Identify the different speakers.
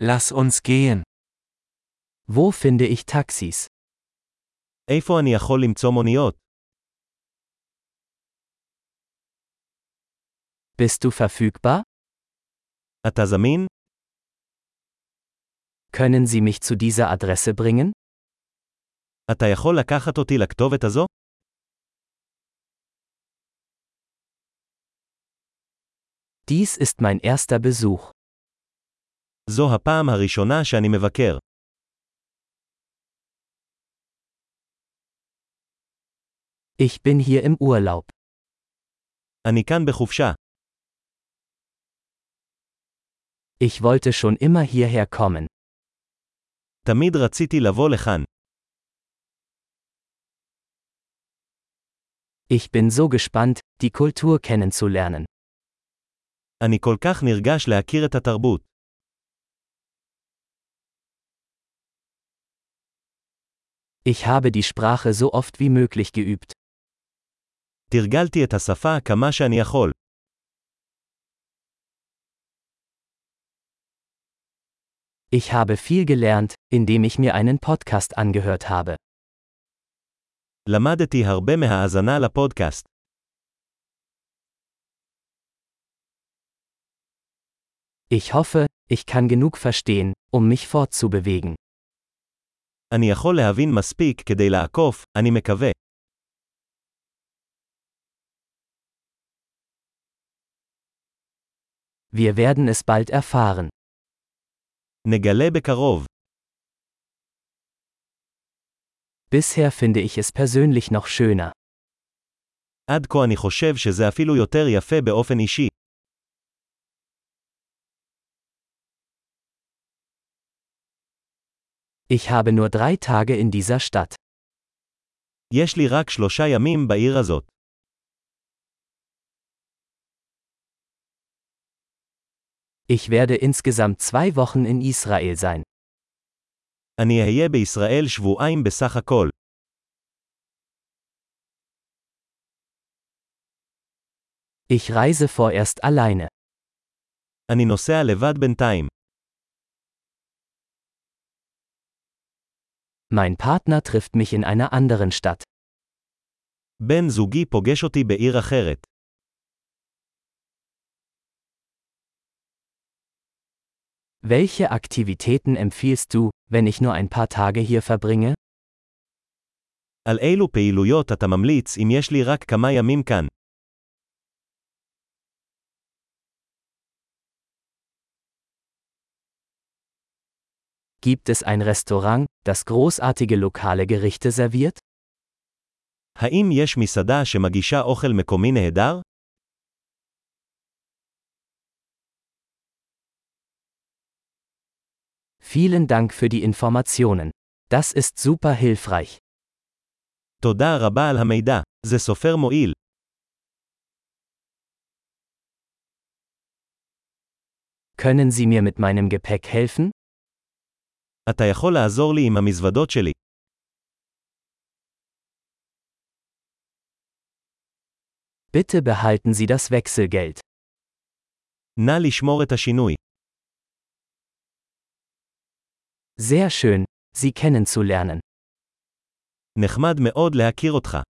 Speaker 1: Lass uns gehen. Wo finde ich Taxis?
Speaker 2: איפה אני יכול למצוא מוניות?
Speaker 1: Bist du verfügbar?
Speaker 2: אתה זמין?
Speaker 1: Können Sie mich zu dieser Adresse bringen?
Speaker 2: אתה יכול לקחת אותי לכתובת הזו?
Speaker 1: Dies ist mein erster Besuch.
Speaker 2: זו הפעם הראשונה שאני מבקר.
Speaker 1: Ich bin hier im Urlaub.
Speaker 2: אני כאן בחופשה.
Speaker 1: Ich wollte schon immer hierher kommen.
Speaker 2: תמיד רציתי לבוא לכאן.
Speaker 1: Ich bin so gespannt, die Kultur kennenzulernen.
Speaker 2: אני כל כך נרגש להכיר את התרבות.
Speaker 1: Ich habe die Sprache so oft wie möglich geübt.
Speaker 2: תרגלתי את השפה כמה שאני יכול.
Speaker 1: Ich habe viel gelernt, indem ich mir einen Podcast angehört habe.
Speaker 2: למדתי הרבה מההאזנה לפודקאסט.
Speaker 1: Ich hoffe, ich kann genug verstehen, um mich fortzubewegen.
Speaker 2: אני יכול להבין מספיק כדי לעקוף, אני מקווה.
Speaker 1: Wir werden es bald erfahren.
Speaker 2: נגלה בקרוב.
Speaker 1: Bisher finde ich es persönlich noch schöner.
Speaker 2: עד כה אני חושב שזה אפילו יותר יפה באופן אישי.
Speaker 1: Ich habe nur drei Tage in dieser Stadt.
Speaker 2: יש לי רק שלושה ימים בעיר הזאת.
Speaker 1: Ich werde insgesamt zwei Wochen in Israel sein.
Speaker 2: אני אהיה בישראל שבועיים בסך הכל.
Speaker 1: Ich reise vorerst alleine.
Speaker 2: אני נוסע לבד בינתיים.
Speaker 1: Mein Partner trifft mich in einer anderen Stadt.
Speaker 2: בן זוגי פוגש אותי בעיר אחרת.
Speaker 1: Welche Aktivitäten empfiehlst du, wenn ich nur ein paar Tage hier verbringe?
Speaker 2: על אילו פעילויות אתה ממליץ אם יש לי רק כמה ימים כאן?
Speaker 1: Gibt es ein Restaurant, das großartige lokale Gerichte serviert?
Speaker 2: האם יש מסעדה שמגישה אוכל מקומי נהדר?
Speaker 1: Vielen Dank für die Informationen. Das ist super hilfreich.
Speaker 2: תודה רבה על המידע. זה סופר מועיל.
Speaker 1: Können Sie mir mit meinem Gepäck helfen?
Speaker 2: אתה יכול לעזור לי עם המזוודות שלי.
Speaker 1: Bitte behalten Sie das Wechselgeld.
Speaker 2: נא לשמור את השינוי.
Speaker 1: Sehr schön, Sie kennenzulernen.
Speaker 2: נחמד מאוד להכיר אותך.